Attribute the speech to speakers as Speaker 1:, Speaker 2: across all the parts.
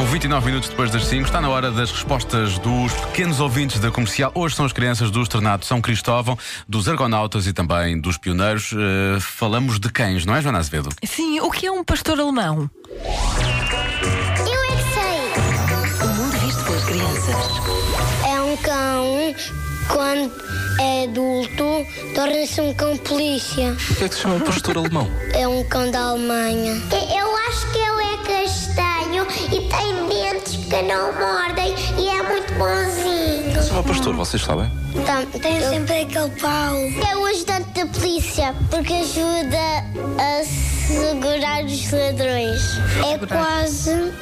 Speaker 1: 29 minutos depois das 5, está na hora das respostas dos pequenos ouvintes da comercial. Hoje são as crianças do Externato São Cristóvão, dos Argonautas e também dos Pioneiros. Eh, falamos de cães, não é, Joana Azevedo?
Speaker 2: Sim, o que é um pastor alemão?
Speaker 3: Eu é que sei.
Speaker 4: O mundo visto pelas crianças.
Speaker 3: É um cão, quando é adulto, torna-se um cão polícia.
Speaker 5: Porquê é que se chama pastor alemão?
Speaker 3: É um cão da Alemanha. Eu acho que ele é castanho e tem dentes que não mordem e é muito bonzinho.
Speaker 5: Se chama pastor, vocês sabem?
Speaker 3: Tá, tem sempre aquele pau. É o ajudante da polícia, porque ajuda a segurar os ladrões. É quase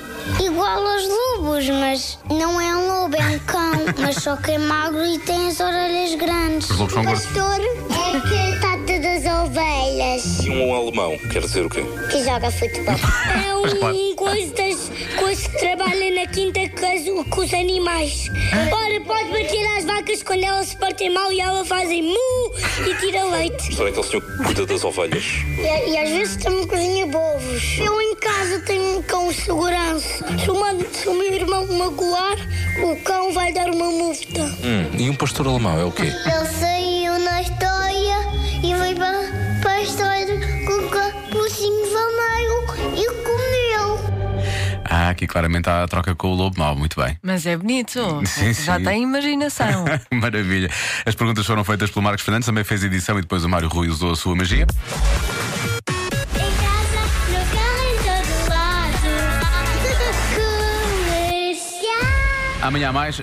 Speaker 3: igual aos lobos, mas não é um lobo, é um cão, mas só que é magro e tem as orelhas grandes.
Speaker 1: Os lobos são gordos.
Speaker 3: pastor é que trata das ovelhas.
Speaker 5: E um alemão, quer dizer o quê?
Speaker 3: Que joga futebol. É um coisa das coisas que trabalha na quinta com, os animais. Ora, pode bater às vacas quando elas se portem mal e elas fazem mu e tira leite.
Speaker 5: Isto é aquele senhor que cuida das ovelhas.
Speaker 3: E, e às vezes também cozinha bovos. Eu em casa tenho um cão de segurança. Se, uma, se o meu irmão me magoar, o cão vai dar uma multa.
Speaker 5: Hum, e um pastor alemão é o quê?
Speaker 3: Ele saiu na história e foi para, para a história com o capucinho vermelho e comeu.
Speaker 1: Ah, aqui claramente há a troca com o lobo mau, muito bem.
Speaker 2: Mas é bonito.
Speaker 1: Sim,
Speaker 2: Já
Speaker 1: sim.
Speaker 2: tem imaginação.
Speaker 1: Maravilha. As perguntas foram feitas pelo Marcos Fernandes, também fez edição e depois o Mário Rui usou a sua magia.
Speaker 3: Em casa, no carro, em todo lado. Comercial.
Speaker 1: Amanhã há mais.